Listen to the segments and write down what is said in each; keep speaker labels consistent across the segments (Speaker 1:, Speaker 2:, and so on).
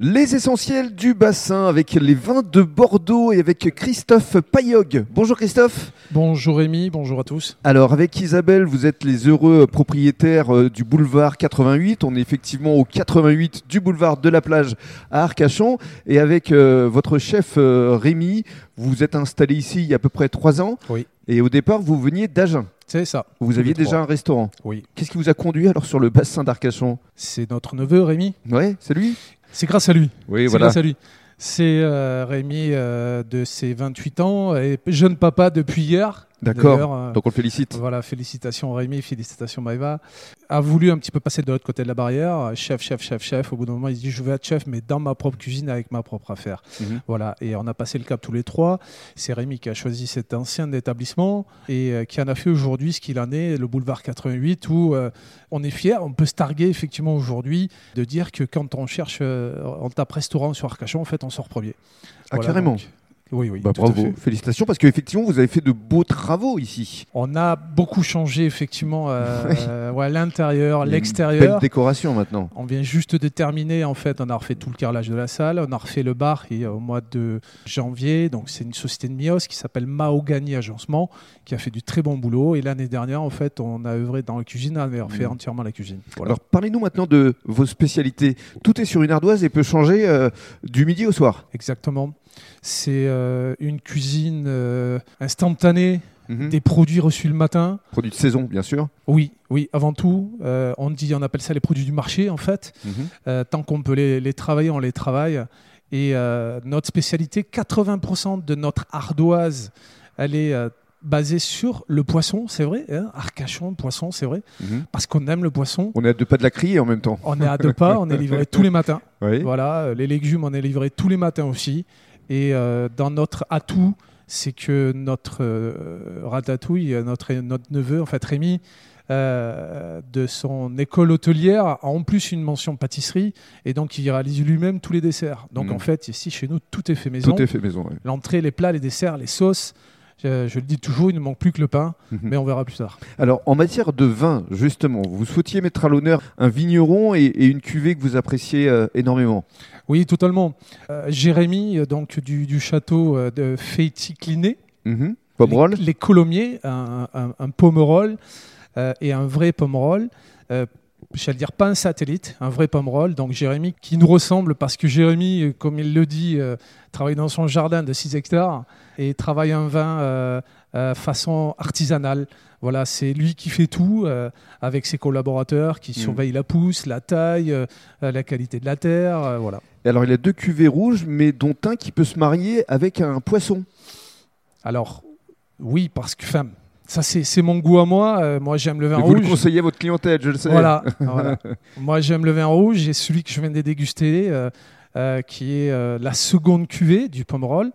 Speaker 1: Les essentiels du bassin avec les vins de Bordeaux et avec Christophe Payog. Bonjour Christophe.
Speaker 2: Bonjour Rémi, bonjour à tous.
Speaker 1: Alors avec Isabelle, vous êtes les heureux propriétaires euh, du boulevard 88. On est effectivement au 88 du boulevard de la plage à Arcachon. Et avec euh, votre chef euh, Rémi, vous vous êtes installé ici il y a à peu près trois ans.
Speaker 2: Oui.
Speaker 1: Et au départ, vous veniez d'Agen.
Speaker 2: C'est ça.
Speaker 1: Vous aviez
Speaker 2: trois.
Speaker 1: déjà un restaurant.
Speaker 2: Oui.
Speaker 1: Qu'est-ce qui vous a conduit alors sur le bassin d'Arcachon
Speaker 2: C'est notre neveu Rémi.
Speaker 1: Ouais, c'est lui
Speaker 2: C'est grâce à lui.
Speaker 1: Oui,
Speaker 2: C'est grâce à lui. C'est euh, Rémi euh, de ses 28 ans et jeune papa depuis hier.
Speaker 1: D'accord.
Speaker 2: D'ailleurs, euh,
Speaker 1: Donc on le félicite.
Speaker 2: Voilà, félicitations Rémi, félicitations Maïva. A voulu un petit peu passer de l'autre côté de la barrière. Chef, chef, chef, chef. Au bout d'un moment, il se dit Je veux être chef, mais dans ma propre cuisine avec ma propre affaire.
Speaker 1: Mhm.
Speaker 2: Voilà, et on a passé le cap tous les trois. C'est Rémi qui a choisi cet ancien établissement et euh, qui en a fait aujourd'hui ce qu'il en est, le boulevard 88, où euh, on est fier, on peut se targuer effectivement aujourd'hui de dire que quand on cherche, euh, on tape restaurant sur Arcachon, en fait, on sort premier.
Speaker 1: Ah,
Speaker 2: Voilà,
Speaker 1: carrément.
Speaker 2: donc- oui, oui.
Speaker 1: Bah,
Speaker 2: tout à fait.
Speaker 1: bravo, félicitations parce qu'effectivement vous avez fait de beaux travaux ici.
Speaker 2: On a beaucoup changé effectivement euh, ouais,
Speaker 1: Il
Speaker 2: l'intérieur,
Speaker 1: y a une
Speaker 2: l'extérieur.
Speaker 1: Belle décoration maintenant.
Speaker 2: On vient juste de terminer, en fait, on a refait tout le carrelage de la salle, on a refait le bar et, euh, au mois de janvier. Donc, c'est une société de Mios qui s'appelle Mahogany Agencement qui a fait du très bon boulot. Et l'année dernière, en fait, on a œuvré dans la cuisine, on avait refait
Speaker 1: Mhm.
Speaker 2: entièrement la cuisine. Voilà.
Speaker 1: Alors parlez-nous maintenant de vos spécialités. Tout est sur une ardoise et peut changer euh, du midi au soir.
Speaker 2: Exactement. C'est euh, une cuisine euh, instantanée,
Speaker 1: Mhm.
Speaker 2: des produits reçus le matin.
Speaker 1: Produits de saison bien sûr.
Speaker 2: Oui, oui, avant tout, euh, on dit, on appelle ça les produits du marché en fait.
Speaker 1: Mhm.
Speaker 2: Euh, tant qu'on peut les, les travailler, on les travaille. Et euh, notre spécialité, 80% de notre ardoise, elle est euh, basée sur le poisson, c'est vrai, hein, Arcachon, poisson, c'est vrai,
Speaker 1: Mhm.
Speaker 2: parce qu'on aime le poisson.
Speaker 1: On est à deux pas de la criée en même temps.
Speaker 2: On est à deux pas, on est livré tous les matins.
Speaker 1: Oui.
Speaker 2: Voilà, euh, les légumes, on est livré tous les matins aussi. Et euh, dans notre atout, c'est que notre euh, ratatouille, euh, notre, notre neveu, en fait Rémi, euh, de son école hôtelière, a en plus une mention pâtisserie. Et donc, il réalise lui-même tous les desserts. Donc,
Speaker 1: Mhm.
Speaker 2: en fait, ici, chez nous, tout est fait maison.
Speaker 1: Tout est fait maison. ouais.
Speaker 2: L'entrée, les plats, les desserts, les sauces. Je, je le dis toujours, il ne manque plus que le pain,
Speaker 1: Mhm.
Speaker 2: mais on verra plus tard.
Speaker 1: Alors en matière de vin justement, vous souhaitiez mettre à l'honneur un vigneron et, et une cuvée que vous appréciez euh, énormément.
Speaker 2: Oui, totalement. Euh, Jérémy, euh, donc du, du château euh, de Féty-Cliné,
Speaker 1: Mhm. Pomerol.
Speaker 2: Les, les Colomiers, un, un, un pommerol euh, et un vrai pommerol. Euh, J'allais dire pas un satellite, un vrai pommerol. Donc Jérémy qui nous ressemble parce que Jérémy, euh, comme il le dit, euh, travaille dans son jardin de 6 hectares et travaille un vin euh, euh, façon artisanale. Voilà, c'est lui qui fait tout euh, avec ses collaborateurs qui
Speaker 1: Mhm.
Speaker 2: surveillent la pousse, la taille, euh, euh, la qualité de la terre. euh, voilà.
Speaker 1: Et Alors il y a deux cuvées rouges mais dont un qui peut se marier avec un poisson.
Speaker 2: Alors, oui, parce que, enfin, ça c'est c'est mon goût à moi. Euh, moi j'aime le vin
Speaker 1: Mais vous
Speaker 2: rouge.
Speaker 1: le conseillez à votre clientèle, je le sais.
Speaker 2: Voilà, Ah, voilà. Moi, j'aime le vin rouge et celui que je viens de déguster, euh, euh, qui est euh, la seconde cuvée du Pomerol.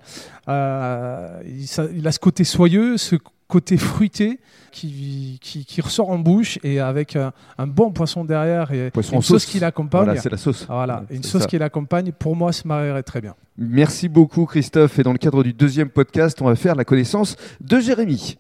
Speaker 2: Euh, il, ça- il a ce côté soyeux, ce côté fruité qui, qui, qui ressort en bouche et avec un, un bon poisson derrière et
Speaker 1: Poisson en
Speaker 2: une sauce
Speaker 1: sauce.
Speaker 2: qui l'accompagne.
Speaker 1: Voilà,
Speaker 2: Voilà,
Speaker 1: c'est la sauce.
Speaker 2: une
Speaker 1: c'est
Speaker 2: sauce
Speaker 1: ça.
Speaker 2: qui l'accompagne. Pour moi, se marierait très bien.
Speaker 1: Merci beaucoup Christophe et dans le cadre du deuxième podcast, on va faire la connaissance de Jérémy.